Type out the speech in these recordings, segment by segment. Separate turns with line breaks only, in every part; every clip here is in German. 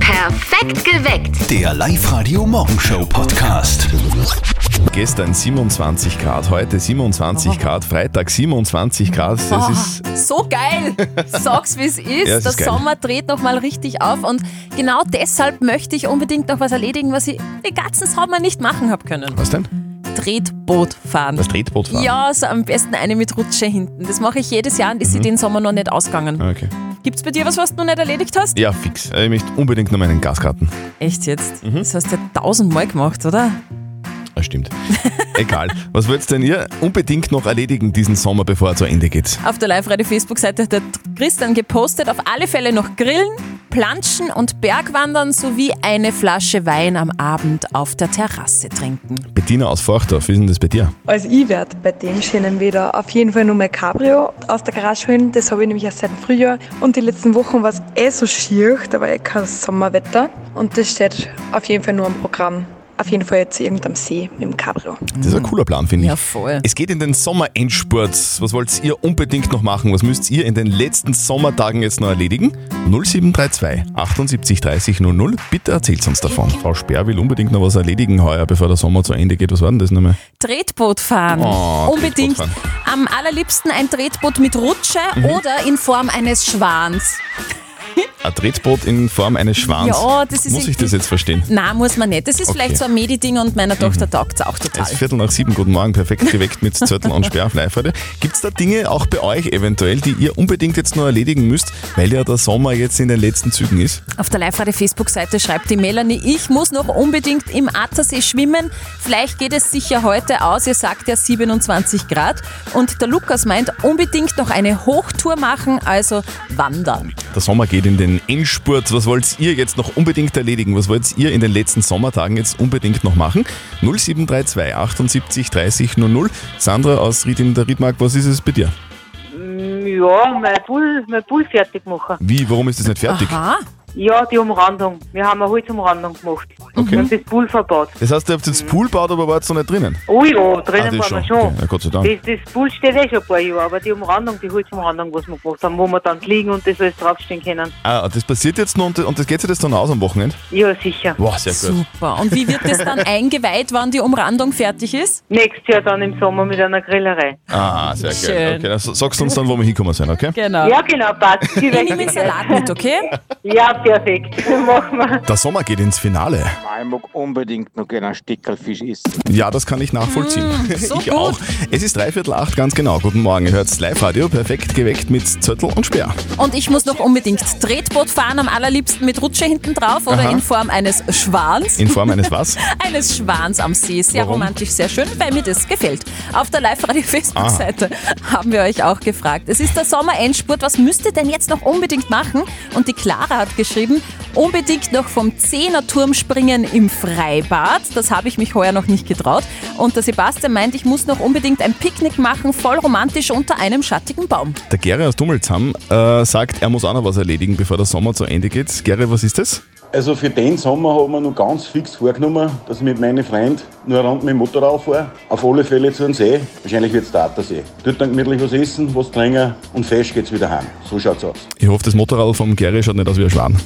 Perfekt geweckt.
Der Live-Radio-Morgenshow-Podcast.
Gestern 27 Grad, heute 27 Grad, Freitag 27 Grad. Das
Boah,
ist
so geil. Sag's wie's ist.
Ja, es
Der
ist geil.
Sommer dreht nochmal richtig auf und genau deshalb möchte ich unbedingt noch was erledigen, was ich den ganzen Sommer nicht machen habe können.
was denn?
Tretboot fahren.
Das Tretboot fahren.
Ja, so am besten eine mit Rutsche hinten. Das mache ich jedes Jahr und
Mhm.
ist sie den Sommer noch nicht ausgegangen.
Okay.
Gibt's bei dir was, was du noch nicht erledigt hast?
Ja, fix. Ich möchte unbedingt noch meinen Gaskarten.
Echt jetzt?
Mhm.
Das hast du ja tausendmal gemacht, oder?
Das stimmt. Egal. Was würdet denn ihr unbedingt noch erledigen diesen Sommer, bevor er zu Ende geht?
Auf der Live-Radio-Facebook-Seite hat der Christian gepostet, auf alle Fälle noch grillen, planschen und Bergwandern sowie eine Flasche Wein am Abend auf der Terrasse trinken.
Bettina aus Forchdorf, wie ist denn das bei dir?
Also ich werde bei dem schönen Wetter auf jeden Fall nur mein Cabrio aus der Garage holen. Das habe ich nämlich erst seit dem Frühjahr. Und die letzten Wochen war es eh so schier, da war eh kein Sommerwetter. Und das steht auf jeden Fall nur am Programm. Auf jeden Fall jetzt irgendeinem See mit dem Cabrio.
Das ist ein cooler Plan, finde ich.
Mhm. Ja, voll.
Es geht in den Sommerendspurt. Was wollt ihr unbedingt noch machen? Was müsst ihr in den letzten Sommertagen jetzt noch erledigen? 0732 78 30 00. Bitte erzählt uns davon. Frau Sperr will unbedingt noch was erledigen heuer, bevor der Sommer zu Ende geht. Was war denn das nochmal?
Tretboot fahren.
Oh,
Unbedingt.
Tretboot
Am allerliebsten ein Tretboot mit Rutsche
Mhm.
oder in Form eines Schwans.
Ein Tretboot in Form eines Schwans.
Ja, das ist
Muss ich
irgendwie-
das jetzt verstehen?
Na, muss man nicht. Das ist
Okay. Mhm.
vielleicht so ein Medi-Ding und meiner Tochter taugt es auch
Es
total.
ist Viertel nach sieben, guten Morgen, perfekt geweckt mit Zettel und Sperr auf live heute. Gibt's da Dinge auch bei euch eventuell, die ihr unbedingt jetzt noch erledigen müsst, weil ja der Sommer jetzt in den letzten Zügen ist?
Auf der Live-Radio-Facebook-Seite schreibt die Melanie, ich muss noch unbedingt im Attersee schwimmen. Vielleicht geht es sicher heute aus, ihr sagt ja 27 Grad. Und der Lukas meint, unbedingt noch eine Hochtour machen, also wandern.
Der Sommer geht in den Endspurt. Was wollt ihr jetzt noch unbedingt erledigen? Was wollt ihr in den letzten Sommertagen jetzt unbedingt noch machen? 0732 78 30 00. Sandra aus Ried in der Riedmark, was ist es bei dir?
Ja, mein Pool, mein Pool fertig machen.
Wie, warum ist es nicht fertig?
Aha,
Ja, die Umrandung. Wir haben eine Holzumrandung gemacht. Wir haben das Pool verbaut.
Das heißt, ihr habt jetzt Pool gebaut, aber wart noch nicht drinnen?
Oh ja, drinnen
Ah, das
waren wir
schon.
schon.
Okay, ja, Gott sei Dank.
Das, das Pool steht eh schon ein paar Jahre, aber die Umrandung, die Holzumrandung, was wir gemacht haben, wo wir dann liegen und das alles draufstehen können.
Ah, das passiert jetzt noch und, und das geht sich das dann aus am Wochenende?
Ja, sicher.
Wow, sehr gut.
super. Und wie wird das dann eingeweiht, wann die Umrandung fertig ist?
Nächstes Jahr dann im Sommer mit einer Grillerei.
Ah, sehr geil.
Schön.
Okay, dann sagst du uns dann, wo wir hinkommen sind, okay?
Genau.
Ja, genau, passt. Die
Ich nehme den Salat mit, okay?
Ja, perfekt. machen wir.
Der Sommer geht ins Finale.
Ich mag unbedingt noch gerne einen Stickelfisch essen.
Ja, das kann ich nachvollziehen.
Ah, so
ich
gut.
auch. Es ist dreiviertel acht, ganz genau. Guten Morgen, ihr hört's Live-Radio, perfekt geweckt mit Zöttel und Speer.
Und ich muss noch unbedingt Tretboot fahren, am allerliebsten mit Rutsche hinten drauf oder
Aha.
in Form eines Schwans.
In Form eines was?
eines Schwans am See. Sehr
Warum?
romantisch, sehr schön, weil mir das gefällt. Auf der Live-Radio-Facebook-Seite haben wir euch auch gefragt. Es ist der Sommerendspurt. Was müsst ihr denn jetzt noch unbedingt machen? Und die Clara hat geschrieben, unbedingt noch vom Zehnerturm springen im Freibad. Das habe ich mich heuer noch nicht getraut. Und der Sebastian meint, ich muss noch unbedingt ein Picknick machen, voll romantisch unter einem schattigen Baum.
Der Gary aus Dummelzam äh, sagt, er muss auch noch was erledigen, bevor der Sommer zu Ende geht. Gary, was ist das?
Also für den Sommer haben wir noch ganz fix vorgenommen, dass ich mit meinen Freunden nur rund mit dem Motorrad fahre. Auf alle Fälle zu einem See. Wahrscheinlich wird es der Attersee. Dort dann gemütlich was essen, was trinken und fest geht's wieder heim. So schaut's aus.
Ich hoffe, das Motorrad vom Gary schaut nicht aus wie ein Schwan.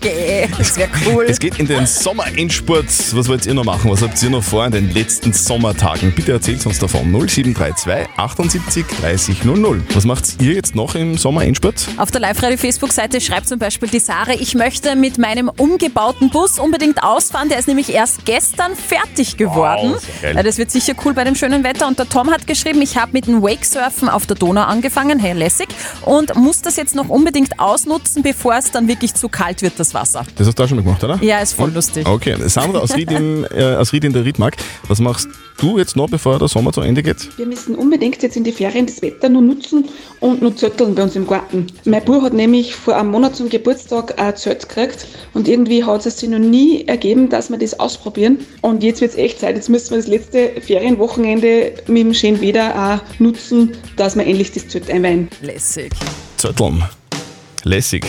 Gäh, das wäre cool.
Es geht in den Sommerendspurt. Was wollt ihr noch machen? Was habt ihr noch vor in den letzten Sommertagen? Bitte erzählt uns davon. 0732 78 30 00. Was macht ihr jetzt noch im Sommerendspurt?
Auf der Live-Radio-Facebook-Seite schreibt zum Beispiel die Sarah, ich möchte mit meinem umgebauten Bus unbedingt ausfahren. Der ist nämlich erst gestern fertig geworden.
Wow, sehr geil.
Ja, das wird sicher cool bei dem schönen Wetter. Und der Tom hat geschrieben, ich habe mit dem Wakesurfen auf der Donau angefangen, hey lässig, und muss das jetzt noch unbedingt ausnutzen, bevor es dann wirklich zu kalt wird, das Wasser.
Das hast du auch schon mal gemacht, oder?
Ja, ist voll lustig.
Okay, Sandra aus Ried, im, äh, aus Ried in der Riedmark, was machst du jetzt noch, bevor der Sommer zu Ende geht?
Wir müssen unbedingt jetzt in die Ferien das Wetter nur nutzen und nur zetteln bei uns im Garten. Mein Bruder hat nämlich vor einem Monat zum Geburtstag äh, ein Zelt gekriegt und irgendwie hat es sich noch nie ergeben, dass wir das ausprobieren. Und jetzt wird es echt Zeit. Jetzt müssen wir das letzte Ferienwochenende mit dem schönen Wetter auch nutzen, dass wir endlich das Zelt einweihen.
Lässig.
Zötteln. Lässig.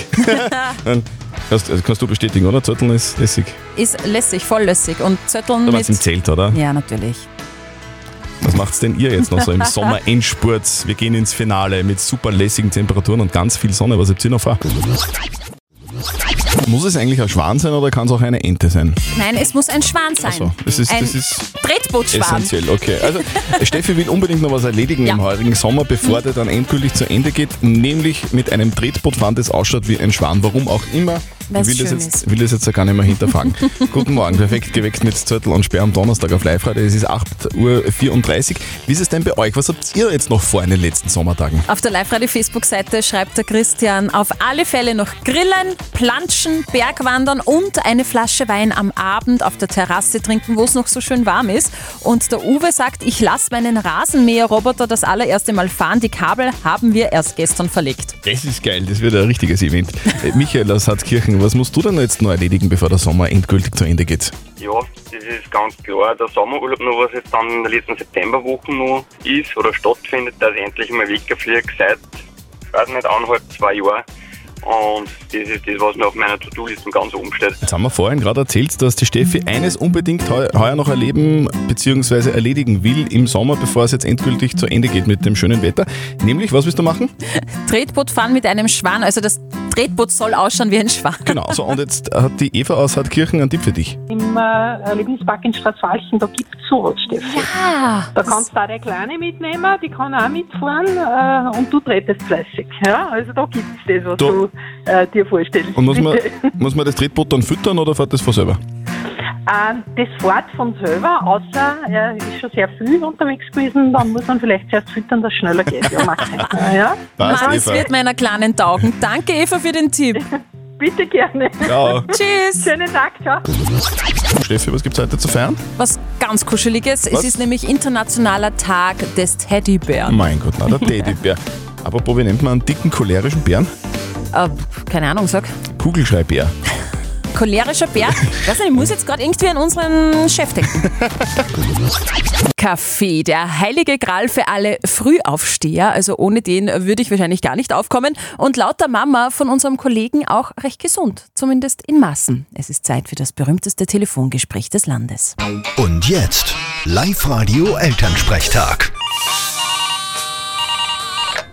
Nein, kannst, also kannst du bestätigen, oder? Zötteln ist lässig.
Ist lässig, voll lässig. Und Zetteln
Du meinst im
mit...
Zelt, oder?
Ja, natürlich.
Was macht's denn ihr jetzt noch so im Sommerendspurt? Wir gehen ins Finale mit super lässigen Temperaturen und ganz viel Sonne. Was habt ihr noch vor? Muss es eigentlich ein Schwan sein oder kann es auch eine Ente sein?
Nein, es muss ein Schwan sein.
So, das ist,
ein
das ist
Tretbootschwan.
essentiell, okay. Also Steffi will unbedingt noch was erledigen
Ja.
im heurigen Sommer, bevor der dann endgültig zu Ende geht, nämlich mit einem Tretbootfahren, das ausschaut wie ein Schwan, warum auch immer.
Weil's
ich will das,
schön
jetzt,
ist.
will das jetzt ja gar nicht mehr hinterfragen. Guten Morgen, perfekt geweckt mit Zettel und Sperr am Donnerstag auf live Es ist 8.34 Uhr. Wie ist es denn bei euch? Was habt ihr jetzt noch vor in den letzten Sommertagen?
Auf der Live-Radio-Facebook-Seite schreibt der Christian, auf alle Fälle noch grillen, planschen, Bergwandern und eine Flasche Wein am Abend auf der Terrasse trinken, wo es noch so schön warm ist. Und der Uwe sagt, ich lasse meinen Rasenmäherroboter das allererste Mal fahren. Die Kabel haben wir erst gestern verlegt.
Das ist geil, das wird ein richtiges Event. Äh, Michael aus Hartkirchen, was musst du denn jetzt noch erledigen, bevor der Sommer endgültig zu Ende geht?
Ja, das ist ganz klar. Der Sommerurlaub, noch, was jetzt dann in der letzten Septemberwoche noch ist oder stattfindet, dass ich endlich mal wegfliege seit, ich weiß nicht, eineinhalb, zwei Jahren. Und das ist das, was mir auf meiner To-Do-Liste ganz oben steht.
Jetzt haben wir vorhin gerade erzählt, dass die
Mhm.
Steffi eines unbedingt heu heuer noch erleben bzw. erledigen will im Sommer, bevor es jetzt endgültig zu Ende geht mit dem schönen Wetter. Nämlich, was willst du machen?
Tretboot fahren mit einem Schwan, also das Tretboot soll ausschauen wie ein Schwan.
Genau, so und jetzt hat die Eva aus Hartkirchen einen Tipp für dich.
Im äh, Lebenspark in Straßwalchen, da gibt es sowas, Steffi.
Ah,
Da kannst du auch deine Kleine mitnehmen, die kann auch mitfahren äh, und du tretest fleißig. Ja? Also da gibt es das, was
Du-
du, äh, dir vorstellst.
Und muss man,
Bitte.
muss man das Tretboot dann füttern oder fährt das von selber?
Ähm, das fährt von selber, außer er ist schon sehr viel unterwegs gewesen, dann muss man vielleicht zuerst füttern, dass es schneller geht. Ja, macht Sinn. ja, ja?
Passt,
Mann, es
Eva.
wird meiner kleinen taugen. Danke, Eva, für den Tipp.
Bitte gerne.
Ciao.
Tschüss.
Schönen Tag, ciao.
Steffi, was gibt's heute zu feiern?
Was ganz Kuscheliges.
Was?
Es ist nämlich Internationaler Tag des Teddybären.
Mein Gott, na, der Teddybär. Apropos, wie nennt man einen dicken cholerischen Bären?
Äh, keine Ahnung, sag.
Kugelschreibär.
Cholerischer Bär. Weiß nicht, ich muss jetzt gerade irgendwie an unseren Chef denken. Kaffee, der heilige Gral für alle Frühaufsteher. Also ohne den würde ich wahrscheinlich gar nicht aufkommen. Und laut der Mama von unserem Kollegen auch recht gesund. Zumindest in Massen. Es ist Zeit für das berühmteste Telefongespräch des Landes.
Und jetzt Live-Radio Elternsprechtag.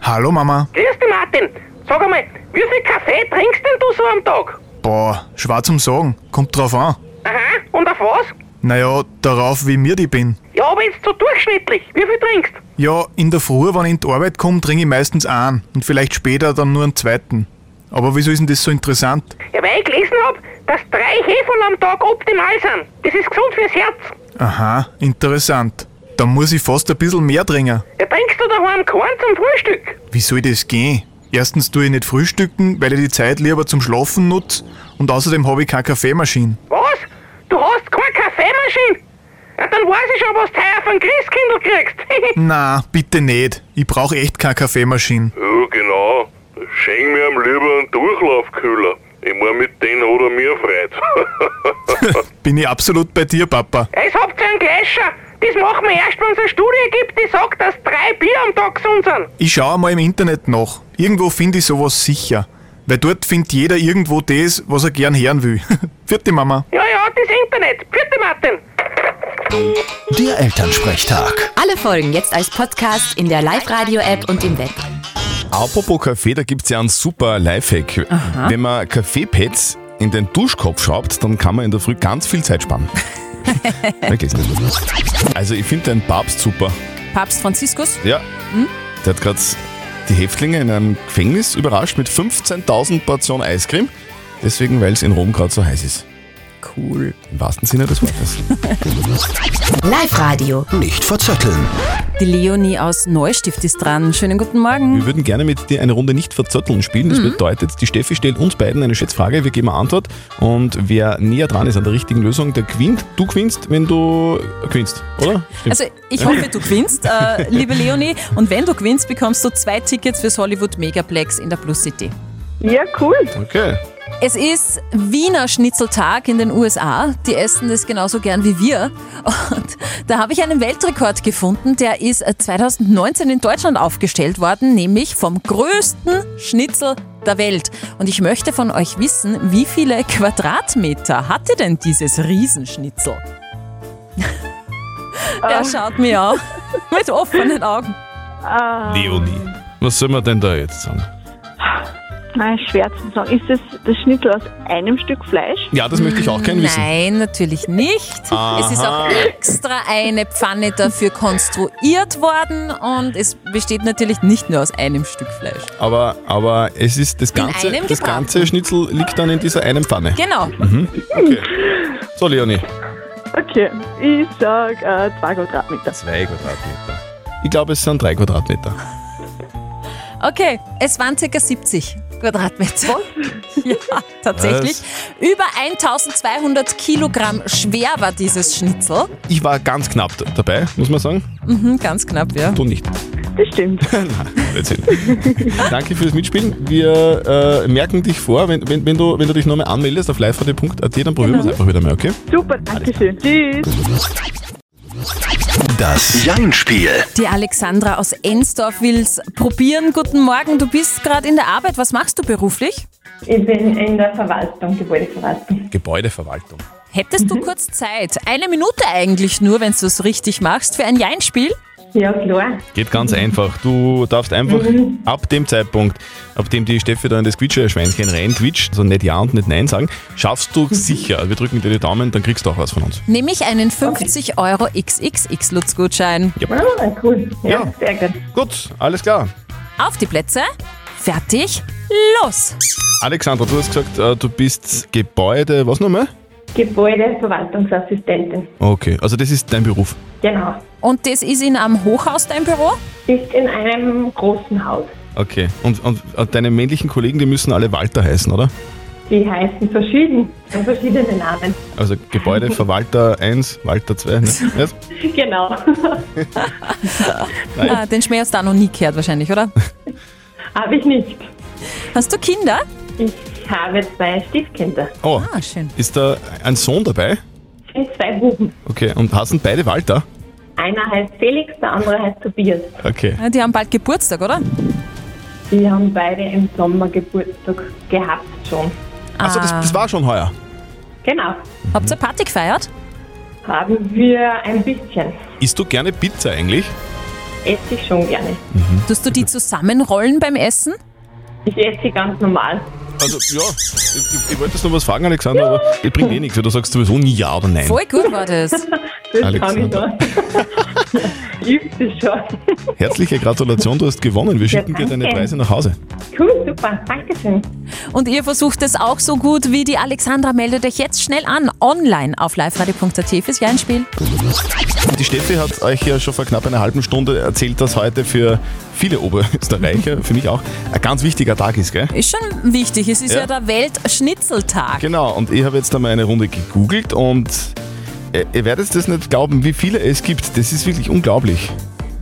Hallo Mama.
Grüß dich, Martin. Sag einmal, wie viel Kaffee trinkst denn du so am Tag?
Boah, schwer zum Sagen. Kommt drauf an.
Aha, und auf was?
Naja, darauf, wie mir die bin.
Ja, aber jetzt so durchschnittlich. Wie viel trinkst?
Ja, in der Früh, wenn ich in die Arbeit komme, trinke ich meistens einen und vielleicht später dann nur einen zweiten. Aber wieso ist denn das so interessant?
Ja, weil ich gelesen habe, dass drei Hefen am Tag optimal sind. Das ist gesund fürs Herz.
Aha, interessant. Da muss ich fast ein bisschen mehr trinken.
Ja, trinkst du daheim keinen zum Frühstück?
Wie soll das gehen? Erstens tue ich nicht frühstücken, weil ich die Zeit lieber zum Schlafen nutze und außerdem habe ich keine Kaffeemaschine.
Was? Du hast keine Kaffeemaschine? Ja, dann weiß ich schon, was du heuer von Christkindl kriegst.
Na, bitte nicht. Ich brauche echt keine Kaffeemaschine.
Ja, genau. Schenk mir am lieber einen Durchlaufkühler. Ich mein, mit denen hat er mir Freude.
Bin ich absolut bei dir, Papa.
Es habt ihr einen Gläscher. Das machen wir erst, wenn es eine Studie gibt, die sagt, dass drei Bier am Tag gesund sind.
Ich schaue mal im Internet nach. Irgendwo finde ich sowas sicher. Weil dort findet jeder irgendwo das, was er gern hören will. Vierte Mama.
Ja, ja, das Internet. Vierte Martin.
Der Elternsprechtag.
Alle Folgen jetzt als Podcast in der Live-Radio-App und im Web.
Apropos Kaffee, da gibt's ja einen super Lifehack. Wenn man Kaffeepads in den Duschkopf schraubt, dann kann man in der Früh ganz viel Zeit sparen. Wirklich. Also ich finde den Papst super.
Papst Franziskus.
Ja. Der hat gerade die Häftlinge in einem Gefängnis überrascht mit 15.000 Portionen Eiscreme. Deswegen, weil es in Rom gerade so heiß ist. Cool. Im wahrsten Sinne des Wortes.
Live-Radio.
Nicht verzetteln.
Die Leonie aus Neustift ist dran. Schönen guten Morgen.
Wir würden gerne mit dir eine Runde nicht verzötteln spielen.
Mhm.
Das bedeutet, die Steffi stellt uns beiden eine Schätzfrage, wir geben eine Antwort und wer näher dran ist an der richtigen Lösung, der gewinnt. Du gewinnst, wenn du gewinnst, oder? Stimmt.
Also ich hoffe, du gewinnst, äh, liebe Leonie. Und wenn du gewinnst, bekommst du zwei Tickets fürs Hollywood Megaplex in der Plus City.
Ja, cool.
Okay.
Es ist Wiener Schnitzeltag in den USA. Die essen das genauso gern wie wir. Und da habe ich einen Weltrekord gefunden, der ist 2019 in Deutschland aufgestellt worden, nämlich vom größten Schnitzel der Welt. Und ich möchte von euch wissen, wie viele Quadratmeter hatte denn dieses Riesenschnitzel? Er schaut mir an mit offenen Augen.
Leonie. Was soll man denn da jetzt sagen?
Nein, schwer zu sagen. Ist das das Schnitzel aus einem Stück Fleisch?
Ja, das möchte ich auch gerne wissen.
Nein, natürlich nicht.
Aha.
Es ist auch extra eine Pfanne dafür konstruiert worden und es besteht natürlich nicht nur aus einem Stück Fleisch.
Aber, aber es ist das ganze,
einem
das
gebraten.
ganze Schnitzel liegt dann in dieser einen Pfanne.
Genau.
Mhm. Okay. So, Leonie.
Okay, ich sag äh, zwei Quadratmeter.
Zwei Quadratmeter. Ich glaube, es sind drei Quadratmeter.
Okay, es waren ca. 70 Quadratmeter. Ja, tatsächlich. Über 1200 Kilogramm schwer war dieses Schnitzel.
Ich war ganz knapp d- dabei, muss man sagen.
Mhm, ganz knapp, ja.
Du nicht.
Das stimmt.
Blödsinn. Danke fürs Mitspielen. Wir äh, merken dich vor, wenn, wenn, wenn, du, wenn du dich nochmal anmeldest auf liveradio.at, dann probieren wir es einfach wieder mal, okay?
Mhm. Super, danke schön. Tschüss.
Das Jan-Spiel.
Die Alexandra aus Ensdorf will's probieren. Guten Morgen, du bist gerade in der Arbeit. Was machst du beruflich?
Ich bin in der Verwaltung, Gebäudeverwaltung.
Gebäudeverwaltung.
Hättest du kurz Zeit? Eine Minute eigentlich nur, wenn du es richtig machst, für ein Jein-Spiel?
Ja, klar.
Geht ganz einfach. Du darfst einfach
Mhm.
ab dem Zeitpunkt, ab dem die Steffi da in das Quitscherschweinchen reinquitscht, also nicht Ja und nicht Nein sagen, schaffst
Mhm.
du sicher. Wir drücken dir die Daumen, dann kriegst du auch was von uns.
Nehme ich einen 50 Euro XXX Lutz-Gutschein.
Ja.
Ah,
cool.
Ja,
sehr gut.
Gut, alles klar.
Auf die Plätze. Fertig. Los.
Alexandra, du hast gesagt, äh, du bist Gebäude, was nochmal?
Gebäudeverwaltungsassistentin.
Okay, also das ist dein Beruf.
Genau.
Und das ist in einem Hochhaus dein Büro?
Ist in einem großen Haus.
Okay. Und, und äh, deine männlichen Kollegen, die müssen alle Walter heißen, oder?
Die heißen verschieden, haben verschiedene Namen.
Also Gebäudeverwalter 1, Walter 2, ne? Was?
Genau.
Nein.
Ah, den Schmäh hast du auch noch nie gehört wahrscheinlich, oder?
Habe ich nicht.
Hast du Kinder?
Ich habe zwei Stiefkinder.
Oh,
Ah, schön.
ist da ein Sohn dabei?
Sind zwei Buben.
Okay, und hassen beide Walter?
Einer heißt Felix, der andere heißt Tobias.
Okay.
Ja, Die haben bald Geburtstag, oder?
Die haben beide im Sommer Geburtstag gehabt schon.
Achso, Also das, das war schon heuer.
Genau.
Habt ihr Party gefeiert?
Haben wir ein bisschen.
Isst du gerne Pizza eigentlich?
Esse ich schon gerne.
Tust du die zusammenrollen beim Essen?
Ich esse sie ganz normal.
Also, ja, ich, ich- ich wollte jetzt noch was fragen, Alexander, aber das bringt eh nichts, weil du sagst sowieso nie Ja oder Nein.
Voll gut war das.
Das
Alexander.
kann ich schon. Übt es schon.
Herzliche Gratulation, du hast gewonnen. Wir
Ja,
schicken dir deine
danke.
Preise nach Hause.
Cool, super. Dankeschön.
Und ihr versucht es auch so gut wie die Alexandra. Meldet euch jetzt schnell an, online auf liveradio.at fürs Jeinspiel.
Die Steffi hat euch ja schon vor knapp einer halben Stunde erzählt, dass heute für viele Oberösterreicher, für mich auch, ein ganz wichtiger Tag ist, gell?
Ist schon wichtig, es ist ja,
Ja.
der Weltschnitzeltag.
Genau, und ich habe jetzt einmal eine Runde gegoogelt und äh, ihr werdet das nicht glauben, wie viele es gibt. Das ist wirklich unglaublich.